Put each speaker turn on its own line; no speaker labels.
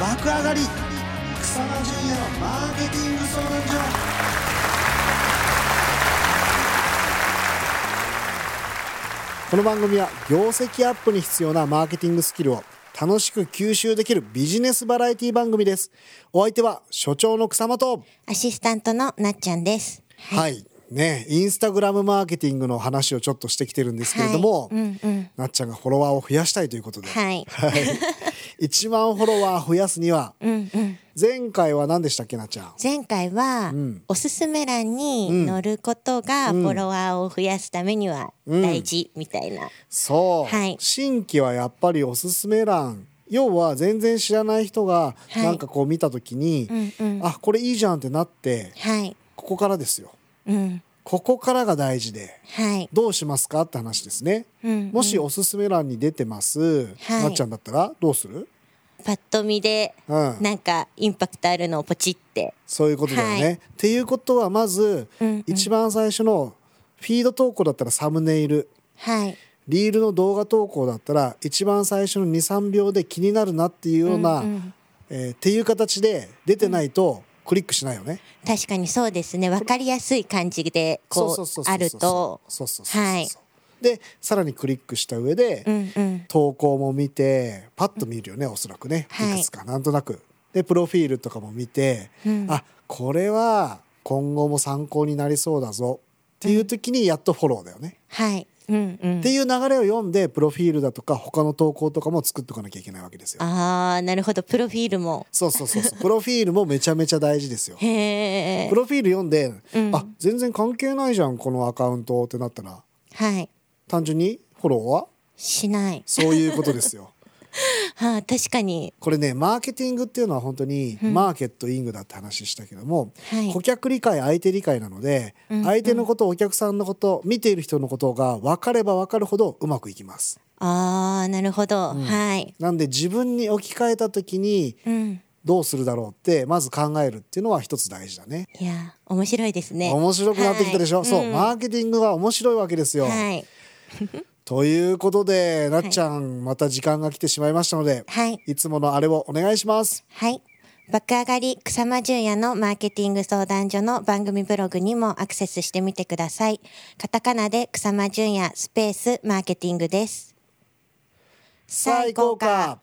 爆上がり草間淳也のマーケティング相談所
この番組は業績アップに必要なマーケティングスキルを楽しく吸収できるビジネスバラエティ番組ですお相手は所長の草間と
アシスタントのなっちゃんです。
はい、ねインスタグラムマーケティングの話をちょっとしてきてるんですけれども、
はいうんうん
なっちゃんがフォロワーを増やしたいという ことで、
はい
はい、1万フォロワー増やすには、前回は何でしたっけなっちゃん
前回は、おすすめ欄に載ることがフォロワーを増やすためには大事みたいな。
そう、
はい
新規はやっぱりおすすめ欄要は全然知らない人が
はい
なんかこう見た時に、
うんうん
あこれいいじゃんってなって
はい。
ここからですよ
うん。
ここからが大事で
はい。
どうしますかって話ですね、
うんうん
もしおすすめ欄に出てます、
はい
なっちゃんだったらどうする
パッと見で、
うん
なんかインパクトあるのをポチって。
そういうことだよね、
はい
っていうことはまず、
うんうん
一番最初のフィード投稿だったらサムネイル
はい。
リールの動画投稿だったら一番最初の23秒で気になるなっていうような、えーっていう形で出てないとクリックしないよね。
確かにそうですね。わかりやすい感じで、こ
そうそうそう
う、
そう
あると。
そうそうそうそう
はい
でさらにクリックした上で、
うんうん。
投稿も見てパッと見るよね、おそらくね、
はい
い、くつかなんとなく。でプロフィールとかも見て、あこれは今後も参考になりそうだぞっていう時にやっとフォローだよね。
はい。うんうん
って。いう流れを読んでプロフィールだとか他の投稿とかも作っておかなきゃいけないわけですよ。
ああ、なるほど。プロフィールも。
そうそうそう そう。プロフィールもめちゃめちゃ大事ですよ。
へえ
プ。ロフィール読んで、あ全然関係ないじゃんこのアカウントってなったら
はい。
単純にフォローは
しない。
そういうことです よ。
はあ、確かに。
これねマーケティングっていうのは本当にマーケットイングだって話したけども、
はい
顧客理解相手理解なので、相手のことお客さんのこと見ている人のことが分かれば分かるほどうまくいきます。
ああ、なるほど。はい。
なんで自分に置き換えた時に
うん。
どうするだろうってまず考えるっていうのは一つ大事だね。
いや、面白いですね。
面白くなってきたでしょ、
はい
そう、マーケティングは面白いわけですよ、
はい。
ということでなっちゃん、また時間が来てしまいましたので、
はい
いつものあれをお間違いします
はい。爆上がり草間淳也のマーケティング相談所の番組ブログにもアクセスしてみてください。カタカナで草間淳也スペースマーケティングです。
最高か